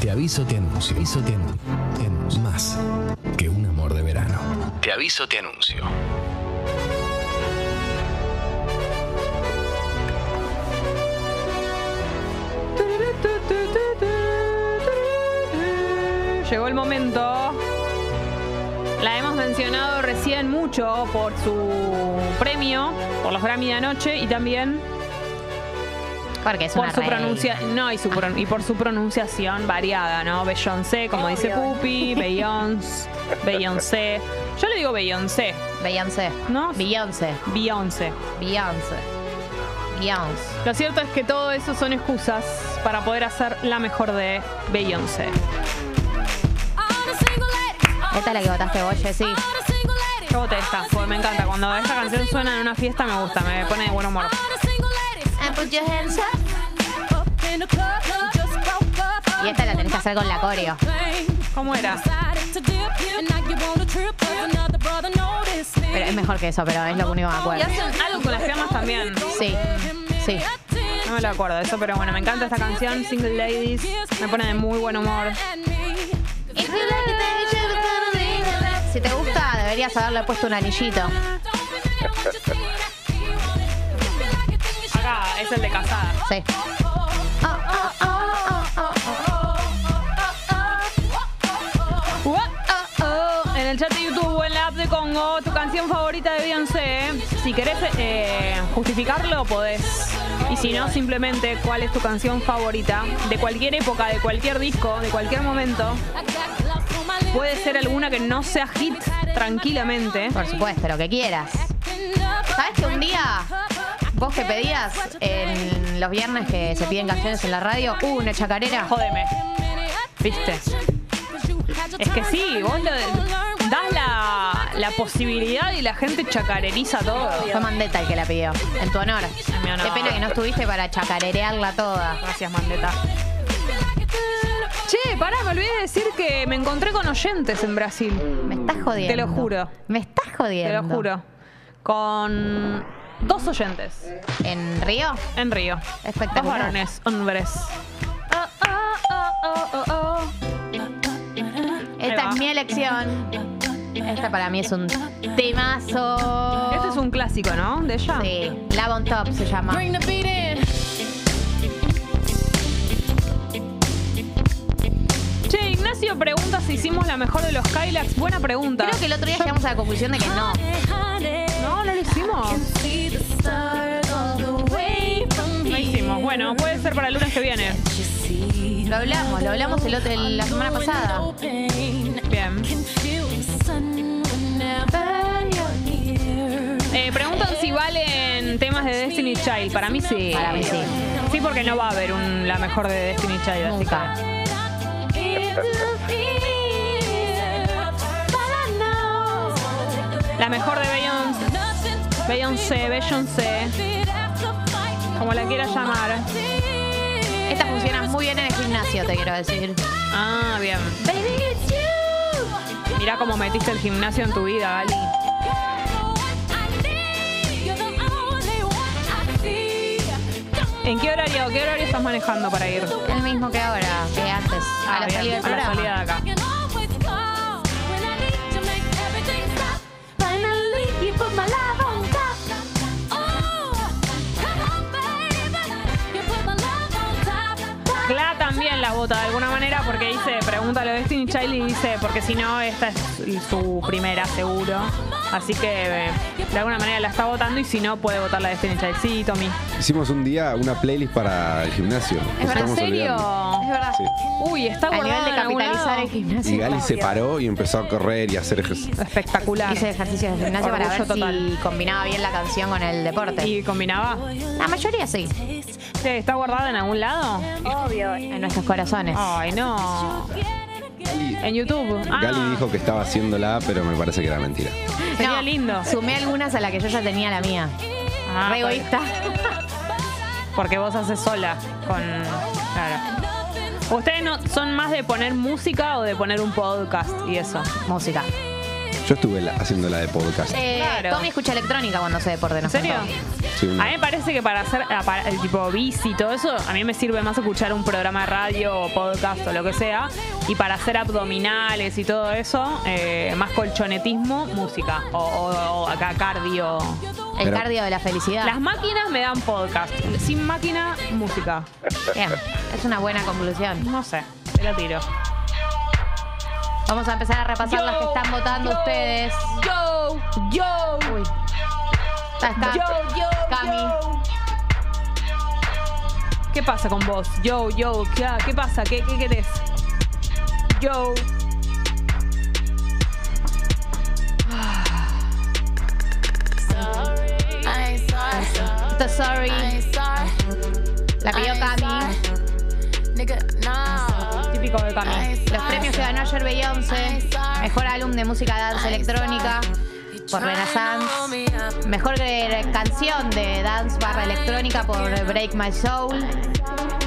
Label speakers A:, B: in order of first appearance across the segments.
A: Te aviso, te anuncio. Te aviso, te anuncio. Te anuncio. Más que un amor de verano. Te aviso, te anuncio.
B: Llegó el momento. La hemos mencionado recién mucho por su premio, por los Grammy de anoche y también
C: Porque es
B: por
C: una
B: su
C: reina.
B: pronunciación. No, y, su pron- y por su pronunciación variada, ¿no? Beyoncé, como dice
C: Obvio.
B: Pupi, Beyoncé, Beyoncé. Yo le digo Beyoncé,
C: Beyoncé.
B: ¿no?
C: Beyoncé.
B: Beyoncé.
C: Beyoncé. Beyoncé.
B: Lo cierto es que todo eso son excusas para poder hacer la mejor de Beyoncé.
C: Esta es la que votaste vos, Jessy.
B: Yo voté esta, porque me encanta. Cuando esta canción suena en una fiesta me gusta, me pone de buen humor.
C: And put your hands up.
D: Y esta la tenés que hacer con la coreo.
B: ¿Cómo era?
C: Pero es mejor que eso, pero es lo único que me
B: Y
C: acuerdo.
B: hacen algo con las piernas también.
C: Sí, sí.
B: No me lo acuerdo de eso, pero bueno, me encanta esta canción, Single Ladies. Me pone de muy buen humor.
C: Si te gusta, deberías haberle puesto un anillito.
B: Acá es el de casada.
C: Sí. Oh, oh, oh, oh, oh,
B: What? Oh, oh. En el chat de YouTube o en la app de Congo, tu canción favorita de Beyoncé. Si querés eh, justificarlo, podés. Y si no, simplemente cuál es tu canción favorita de cualquier época, de cualquier disco, de cualquier momento. Puede ser alguna que no sea hit tranquilamente.
C: oh. Por supuesto, lo que quieras. ¿Sabes que un día vos que pedías en los viernes que se piden canciones en la radio, uh, una chacarera?
B: Jódeme. ¿Viste? Es que sí, vos lo, das la, la posibilidad y la gente chacareriza todo.
C: Fue Mandetta el que la pidió, en tu honor.
B: mi honor.
C: Qué pena que no estuviste para chacarerearla toda.
B: Gracias, Mandeta. Che, pará, me olvidé de decir que me encontré con oyentes en Brasil.
C: Me estás jodiendo.
B: Te lo juro.
C: Me estás
B: Te
C: jodiendo.
B: lo juro. Con dos oyentes
C: ¿En Río?
B: en Río.
C: Espectacular.
B: Dos varones, hombres. Oh, oh, oh, oh, oh, oh.
C: Esta
B: va.
C: es mi elección. Esta para mí es un temazo.
B: Este es un clásico, ¿no? De ella.
C: Sí, Love on Top se llama.
B: Che, Ignacio pregunta si hicimos la mejor de los Kylax. Buena pregunta.
C: Creo que el otro día llegamos a la conclusión de que no.
B: No, no lo hicimos. No hicimos. Bueno, puede ser para el lunes que viene.
C: Lo hablamos, lo hablamos el otro, el- la semana pasada.
B: Bien. Eh, preguntan si valen temas de Destiny Child. Para mí sí.
C: Para mí sí.
B: Sí, porque no va a haber un- la mejor de Destiny Child. así
C: Nunca.
B: que- La mejor de Beyoncé, Beyoncé, Beyoncé, como la quieras llamar.
C: Esta funciona muy bien en el gimnasio, te quiero decir.
B: Ah, bien. Mirá cómo metiste el gimnasio en tu vida, Gali. ¿En qué horario, qué horario estás manejando para ir?
C: El mismo que ahora, que antes.
B: Ah,
C: a la
B: bien,
C: salida del
B: a la
C: programa.
B: salida de acá.
C: Oh,
B: Cla también la vota de alguna manera porque dice, pregúntale a Destiny Child y dice, porque si no, esta es su primera seguro. Así que eh, de alguna manera la está votando y si no, puede votar la Destiny Child. Sí, Tommy.
E: Hicimos un día una playlist para el gimnasio. Nos
C: verdad,
B: ¿En
E: estamos
B: serio?
E: olvidando.
C: Es verdad.
E: Sí.
B: Uy, está
C: Al nivel
B: guardada
C: de
B: en algún
C: capitalizar
B: lado.
C: el gimnasio.
E: Y Gali se paró y empezó a correr y a hacer ejercicio.
B: Espectacular.
C: Hice ejercicios de gimnasio para ver
B: Orgullo
C: si
B: total.
C: combinaba bien la canción con el deporte.
B: ¿Y combinaba?
C: La mayoría sí,
B: Sí, ¿Está guardada en algún lado?
C: en nuestros corazones.
B: Ay, no. En YouTube. Ah,
E: Gali dijo que estaba haciéndola, pero me parece que era mentira.
B: Sería
C: No,
B: lindo.
C: Sumé algunas a las que yo ya tenía la mía.
B: Ah,
C: Re egoísta.
B: Porque vos haces sola con. Claro. ¿Ustedes no son más de poner música o de poner un podcast y eso?
C: Música.
E: Yo estuve la- haciendo la de podcast.
C: Eh,
B: Claro.
C: Tommy escucha electrónica cuando hace deporte, ¿no?
B: ¿En serio?
E: Sí, un-
B: A mí me parece que para hacer ah, para el tipo bici y todo eso, a mí me sirve más escuchar un programa de radio o podcast o lo que sea. Y para hacer abdominales y todo eso, eh, más colchonetismo, música o, o- o acá cardio.
C: El
E: Pero-
C: cardio de la felicidad.
B: Las máquinas me dan podcast. Sin máquina, música.
C: Bien, es una buena conclusión.
B: No sé, te la tiro.
C: Vamos a empezar a repasar las que están votando
B: yo,
C: ustedes.
B: Yo, yo,
C: Uy. Está, está.
B: yo, yo,
C: Cami.
B: yo. ¿Qué pasa con vos? Yo, yo, ¿qué, qué pasa? ¿Qué, ¿Qué querés? Yo.
C: Está sorry. La pidió Cami.
B: Típico de Cami.
C: Los premios que ganó ayer Beyoncé. Mejor álbum de música dance electrónica por Renaissance. Mejor eh, canción de dance barra electrónica por Break My Soul.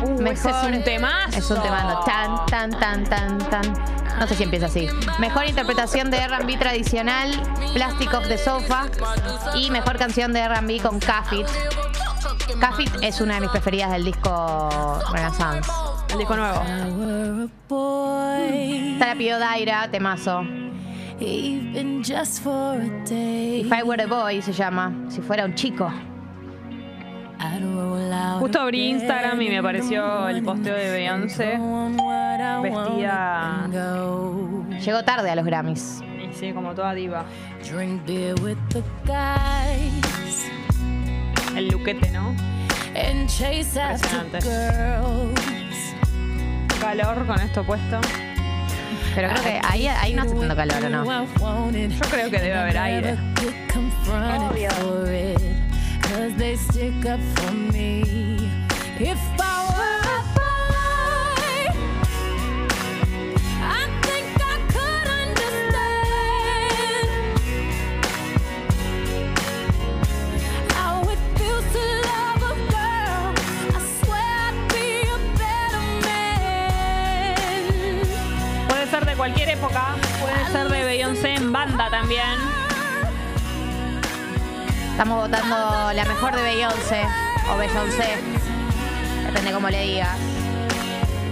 B: Uh, ese es un temazo.
C: Es un temazo. Tan, tan, tan, tan, tan. No sé si empieza así. Mejor interpretación de R&B tradicional, Plastic of the Sofa. Y mejor canción de R&B con Cafit. Cafit es una de mis preferidas del disco Renaissance.
B: El disco nuevo.
C: Esta la pidió Daira, temazo.
F: Even just for a day,
C: If I Were a Boy se llama. Si fuera un chico.
F: I'd roll out
B: Justo
F: of
B: abrí Instagram y me
F: bed
B: apareció el posteo de Beyoncé.
F: on what I
B: Vestida.
F: wanna go.
C: Llegó tarde a los Grammys.
B: Y sí, como toda diva.
F: Drink beer with the guys
B: El luquete, ¿no?
F: and chase after
B: Impresionante.
F: girls.
B: Calor con esto puesto.
C: Pero creo que ahí, ahí no hace tanto calor, ¿o no?
F: Yo
B: creo que debe haber aire. Obvio. Puede ser de cualquier época. Puede ser de Beyoncé en banda también.
C: Estamos votando la mejor de Beyoncé o Beyoncé. Depende cómo le digas.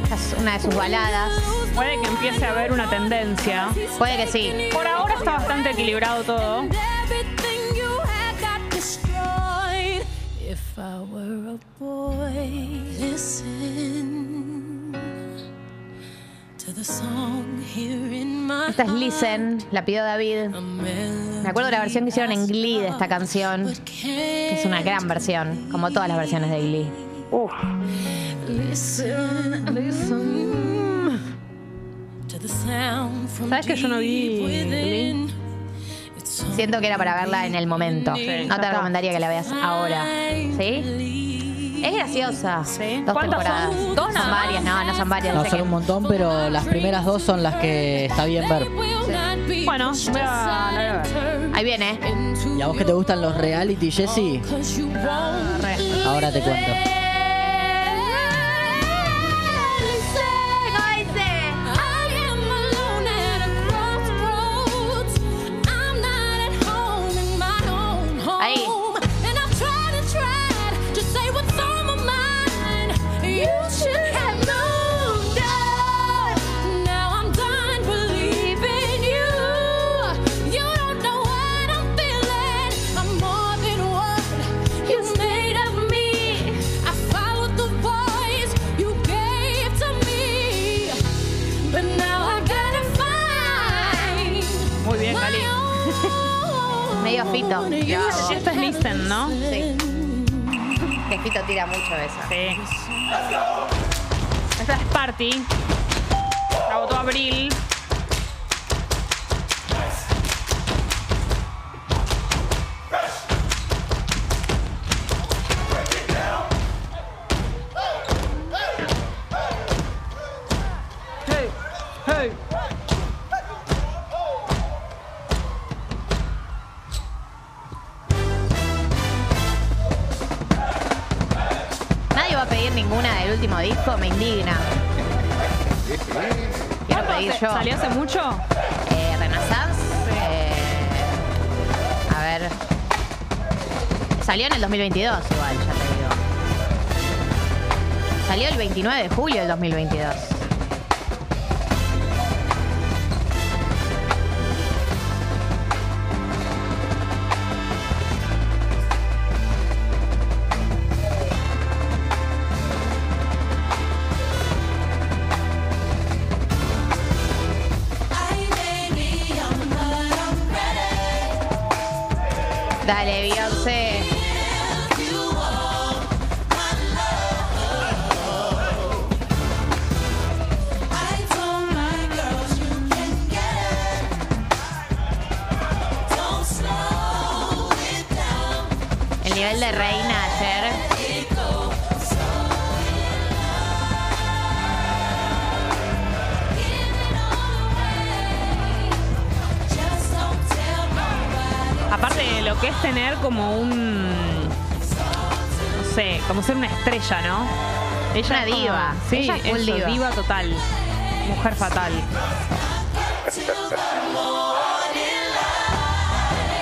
C: Esta es una de sus baladas.
B: Puede que empiece a haber una tendencia.
C: Puede que sí.
B: Por ahora está bastante equilibrado todo.
F: Everything you had got destroyed. If I were a boy, listen to the song here in my
C: Esta es Listen, la pidió David. Me acuerdo la versión que hicieron en Glee de esta canción. que Es una gran versión, como todas las versiones de Glee.
F: Listen, listen to the sound from
B: ¿Sabes que yo no vi
F: deep within. It's
C: Siento que era para verla en el momento.
B: Sí, ya
C: No te
B: está.
C: recomendaría que la veas ahora. ¿Sí?
F: only
C: Es graciosa.
B: Sí.
C: Dos
B: ¿Cuántas
C: temporadas.
B: son? ¿Dos
C: Son
B: nada más?
C: varias, no, no son varias.
G: No,
C: sé
G: son
C: que-
G: un montón, pero las primeras dos son las que está bien ver.
F: will not be
B: Bueno, voy a- la voy a ver.
C: Ahí viene, ¿eh?
G: Y a vos que te gustan los reality, Jessy,
F: Cause you won't
B: Re.
G: ahora te cuento.
F: I am alone at a crossroads. I'm not at home in my own
C: Ahí.
F: home. And I've tried and tried to say what's on my mind. You should have moved on. Now I'm done believing you. You don't know what I'm feeling. I'm more than what you made of me. I followed the voice you gave to me. But now I gotta find
B: Muy bien, Cali.
C: Medio fito.
B: Sí, Esto es Listen, ¿no?
C: Sí. Que Fito tira mucho de eso.
B: Sí. Este. Esta es Party. La votó Abril. Hey, hey.
C: Nadie va a pedir ninguna del último disco, me indigna. Quiero
B: ¿Cuándo
C: pedir
B: hace-
C: yo.
B: ¿Salió hace mucho?
C: Eh, Renaissance. eh, ver. Salió en el 2022 igual, ya te digo. Salió el 29 de julio del 2022. Dale, Beyoncé. El nivel de reina ayer.
B: Aparte de lo que es tener como un. No sé, como ser una estrella, ¿no? Ella
C: Una
B: es como-
C: diva.
B: sí,
C: Ella es full
B: eso,
C: diva.
B: diva total. Mujer fatal.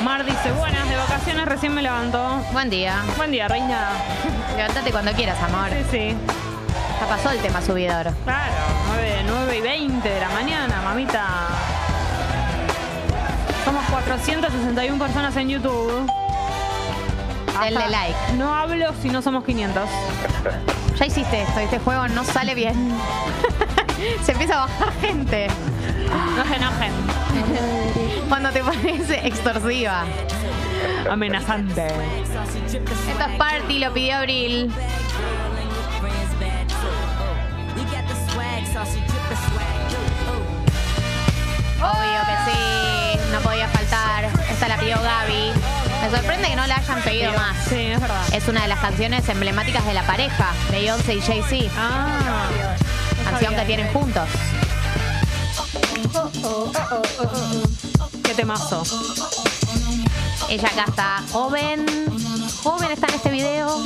B: Mar dice, buenas, de vacaciones recién me levantó.
C: Buen día.
B: Buen día, reina.
C: Levantate cuando quieras, amor.
B: Sí, sí.
C: Ya pasó el tema subidor.
B: Claro, 9, 9 y 20 de la mañana, mamita. Somos 461 personas en YouTube.
C: Denle
B: Hasta-
C: like.
B: No hablo si no somos 500.
C: Ya hiciste esto, este juego no sale bien. Se empieza a bajar gente
B: No se enojen.
C: cuando te pones extorsiva.
B: Amenazante.
C: Esto es party, lo pidió Abril. Obvio que sí, no podía faltar. Esta la pidió Gaby. Me sorprende que no la hayan pedido más.
B: Sí, es verdad.
C: Es una de las canciones emblemáticas de la pareja, de Beyoncé y Jay-Z.
B: Ah,
C: Canción que tienen juntos.
B: qué temazo.
C: Ella acá está joven. Joven está en este video.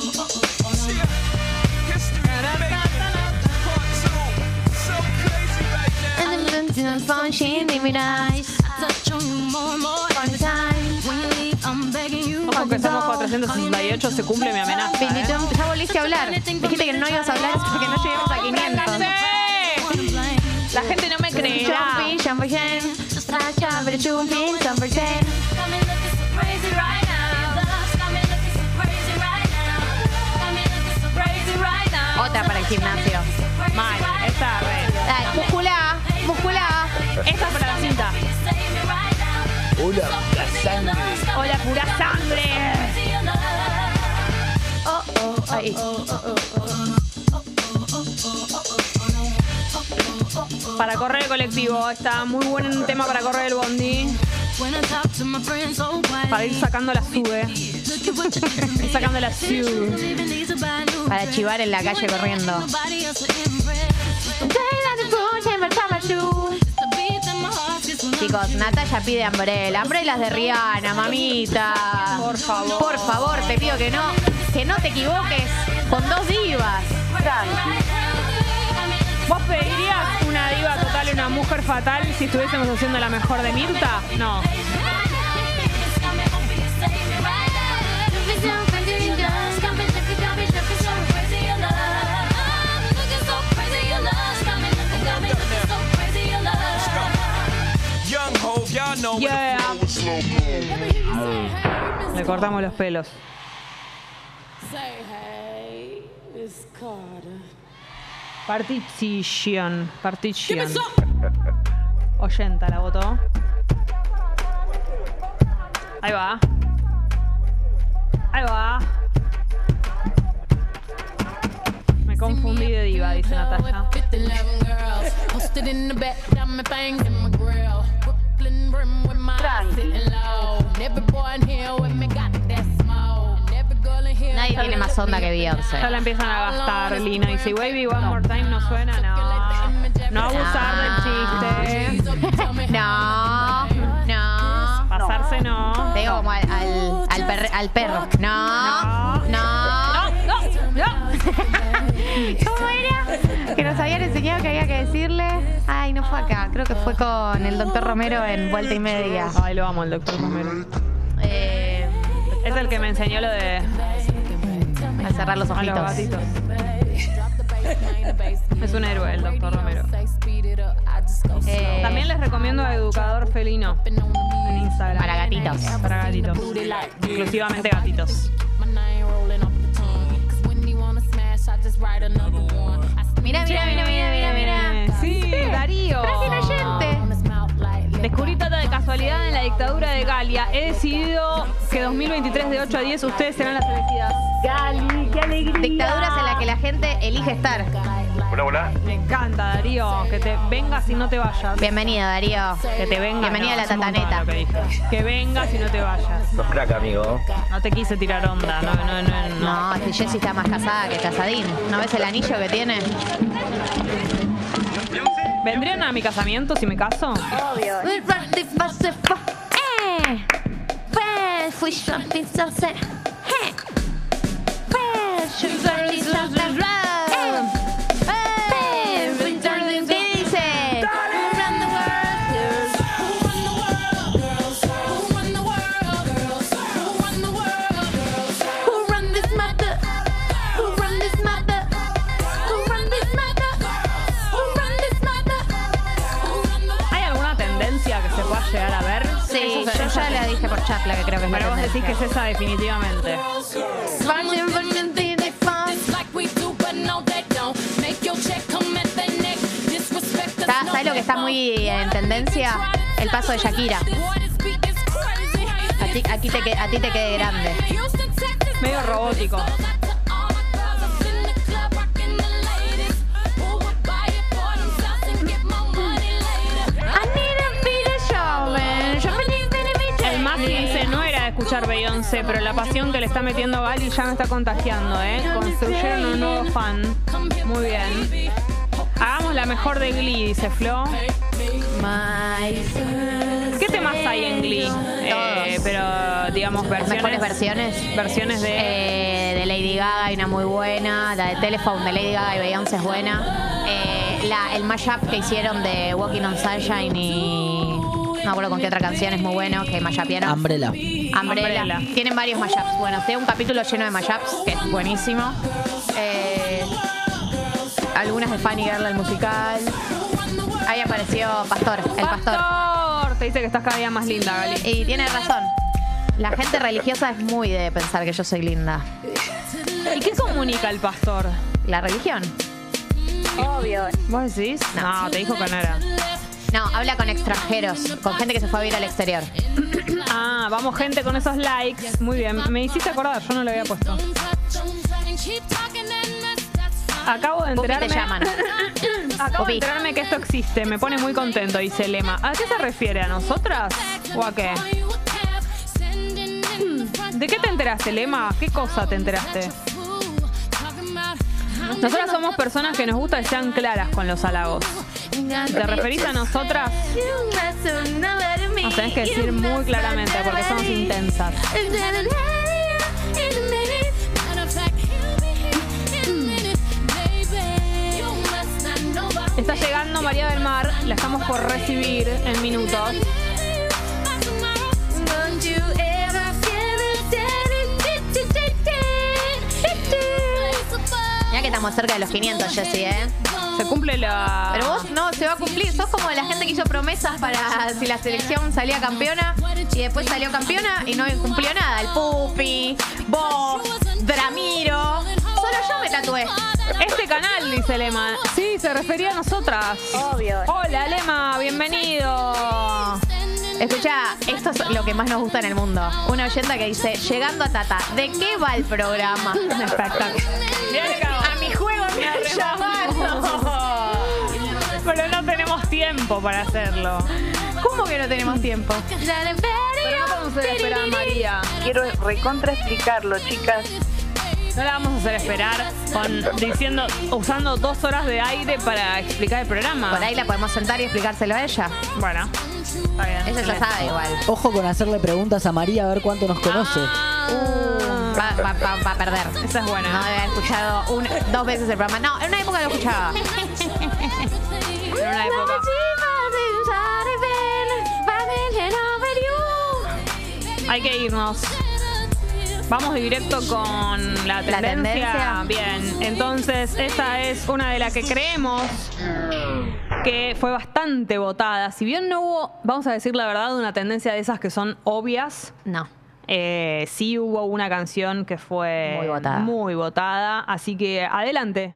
B: Ojo que somos 468, se cumple mi amenaza.
C: Vini,
B: ¿eh?
C: Ya volviste a hablar. Dijiste que no ibas a hablar porque no llegamos a 500.
B: Sí. ¿eh? La gente no me Ah, creerá.
C: Jumpy, jumpy, jump.
B: Oh,
C: Otra para el gimnasio.
B: Mal, esta re.
C: Dale, musculá, musculá.
B: Esta para la cinta. Hola, pura sangre.
C: Oh, oh, ahí.
B: Para correr el colectivo. Está muy buen tema para correr el bondi.
F: oh,
B: Para ir sacando la sube. Ir sacando la sube.
C: Para chivar en la calle corriendo. Chicos, Natalia pide Umbrella. Umbrella es de Rihanna, mamita.
B: Por favor.
C: Por favor, te pido que no, que no te equivoques con dos divas.
B: ¿Vos pedirías una diva total y una mujer fatal si estuviésemos haciendo la mejor de Mirta? No.
H: Young Hov, y'all know what
B: Yeah. Le cortamos los pelos. Partition. Partition. Oyenta la votó. Ahí va. Ahí va. Me confundí de diva, dice Natalia.
C: Nadie tiene más onda que
B: Ya la
C: Beyoncé.
B: empiezan a gastar, Lina. Y si Baby One More Time no suena, no. No abusar del chiste.
C: No, no.
B: Pasarse no.
C: Te digo como al, al, al perre- al perro. No, no.
B: No, no.
C: ¿Cómo era? Que nos habían enseñado que había que decirle. Ay, no fue acá. Creo que fue con el doctor Romero en Vuelta y Media.
B: Ay, lo amo el doctor Romero.
C: Eh,
B: Es el que me enseñó lo de
C: Al cerrar los
B: a los
C: ojitos.
B: gatitos. Es un héroe el doctor Romero.
C: Eh,
B: También les recomiendo a Educador Felino en Instagram.
C: Para gatitos.
B: Para gatitos. Exclusivamente gatitos.
C: Mira, mira, mira, mira, mira, mira.
B: Sí, Darío.
C: oyente.
B: Descubrí Tata de casualidad en la dictadura de Galia. He decidido que 2023 de 8 a 10 ustedes serán las elegidas. Gali, qué alegría.
C: Dictaduras en las que la gente elige estar.
I: Hola, hola.
B: Me encanta, Darío. Que te vengas y no te vayas.
C: Bienvenido, Darío.
B: Que te vengas.
C: Bienvenida
B: no,
C: a la
B: es un montón
C: tataneta.
B: lo Que, dije. que vengas y no te vayas.
I: Los crack, amigo.
B: No te quise tirar onda. No, no, no. no.
C: No, si Jessy está más casada que casadín. ¿No ves el anillo que tiene?
B: ¿Vendrían a mi casamiento si me caso?
C: ¿Qué dice?
B: ¿Hay alguna tendencia que se pueda llegar a ver?
C: Sí,
B: Eso se-
C: yo
B: eso
C: ya
B: se-
C: la dije por Chapla, que creo que es
B: Pero
C: la
B: vos decís que es esa definitivamente.
C: Está- ¿Sabes lo que está muy en tendencia? El paso de Shakira. A ti, aquí te, que- a ti te quede grande.
B: Medio robótico. Eh, El Mati dice, no era de escuchar Beyoncé, pero la pasión que le está metiendo Gali ya me está contagiando, ¿eh? Construyeron un nuevo fan. Muy bien. Hagamos la mejor de Glee, dice Flo. ¿Qué temas hay en Glee? Eh, pero, digamos, versiones.
C: Mejores versiones.
B: Versiones de...
C: Eh, de Lady Gaga hay una muy buena. La de Telephone de Lady Gaga y Beyoncé es buena. Eh, la- el mashup que hicieron de Walking on Sunshine y. No me acuerdo con qué otra canción es muy bueno que mashupearon.
G: Umbrella.
C: Umbrella.
B: Umbrella.
C: Tienen varios mashups. Bueno, tengo un capítulo lleno de mashups, que es buenísimo. Eh, algunas de Fanny Girl, el musical. Ahí apareció Pastor, el pastor.
B: Pastor. Te dice que estás cada día más linda, Gali.
C: Y tiene razón. La gente religiosa es muy de pensar que yo soy linda.
B: ¿Y qué comunica el pastor?
C: La religión.
B: ¿Vos decís? No,
C: No.
B: te dijo que no era.
C: No, habla con extranjeros, con gente que se fue a vivir al exterior.
B: Ah, vamos gente con esos likes. Muy bien. Me hiciste acordar, yo no lo había puesto. Acabo de
C: Pupi
B: enterarme.
C: te llaman.
B: Acabo de
C: Pupi.
B: enterarme que esto existe. Me pone muy contento, dice Lema. ¿A qué se refiere? ¿A nosotras? ¿O a qué? ¿De qué te enteraste, Lema? ¿Qué cosa te enteraste? Nosotras somos personas que nos gusta que sean claras con los halagos. ¿Te referís a nosotras? Hmm. Nos tenés que decir muy claramente porque somos intensas. Está llegando María del Mar, la estamos por recibir en minutos.
C: Mira que estamos cerca de los 500, Jessy, ¿eh?
B: Se cumple la.
C: Pero vos no, se va a cumplir. Sos como la gente que hizo promesas para si la selección salía campeona y después salió campeona y no cumplió nada. El Pupi, vos, Dramiro. Solo yo me tatué.
B: Este canal, dice Lema. Sí, se refería a nosotras. Obvio. Hola, Lema, bienvenido.
C: Escucha, esto es lo que más nos gusta en el mundo. Una oyenta que dice, llegando a Tata, ¿de qué va el programa?
B: Un espectáculo.
C: A mi juego me han llamado.
B: Pero no tenemos tiempo para hacerlo.
C: ¿Cómo que no tenemos tiempo?
B: Pero no podemos hacer esperar a María.
J: Quiero recontra explicarlo, chicas.
B: No la vamos a hacer esperar con, diciendo, usando dos horas de aire para explicar el programa.
C: Por ahí la podemos sentar y explicárselo a ella.
B: Bueno, está bien.
C: Ella ya sabe igual.
G: Ojo con hacerle preguntas a María a ver cuánto nos conoce.
B: Ah,
C: Uh, Va, va- va- va a perder.
B: esa es buena.
C: No debe haber escuchado un- dos veces el programa. No, en una época lo escuchaba.
B: En una época. Hay que irnos. Vamos directo con la tendencia.
C: La tendencia.
B: Bien, entonces esta es una de las que creemos que fue bastante votada. Si bien no hubo, vamos a decir la verdad, una tendencia de esas que son obvias,
C: No.
B: eh, sí hubo una canción que fue
C: Muy votada.
B: muy votada. Así que adelante.